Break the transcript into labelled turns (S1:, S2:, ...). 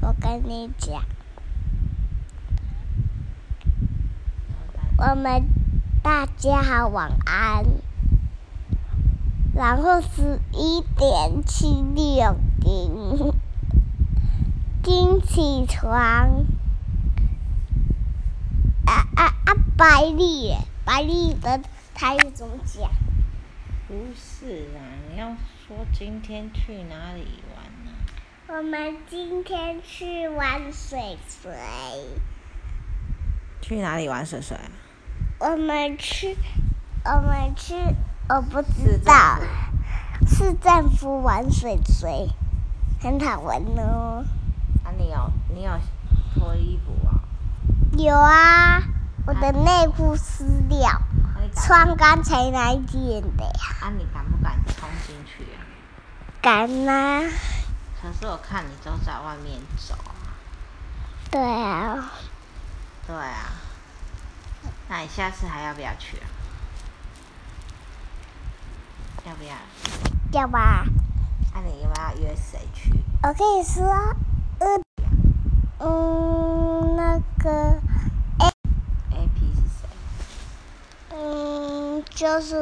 S1: 我跟你讲，我们大家好晚安。然后十一点七六零，今起床，啊啊啊！白丽，白丽的台语怎么讲？
S2: 不是啊，你要说今天去哪里玩呢、
S1: 我们今天去玩水水，
S2: 去哪里玩水水啊？
S1: 我们去，我们去，我不知道，市政府玩水水，很好玩哦。
S2: 啊，你有你有脱衣服啊、
S1: 有啊，我的内裤湿掉，
S2: 啊你敢
S1: 穿刚才那一件的呀，
S2: 啊，你敢不敢冲进去啊？
S1: 干啦、
S2: 可是我看你都在外面走啊。
S1: 对啊，
S2: 对啊，那你下次还要不要去啊？要不要？
S1: 要吧？
S2: 那、你要不要约谁去？
S1: 我跟你说，嗯，嗯，那个，
S2: A P 是谁？
S1: 嗯，就是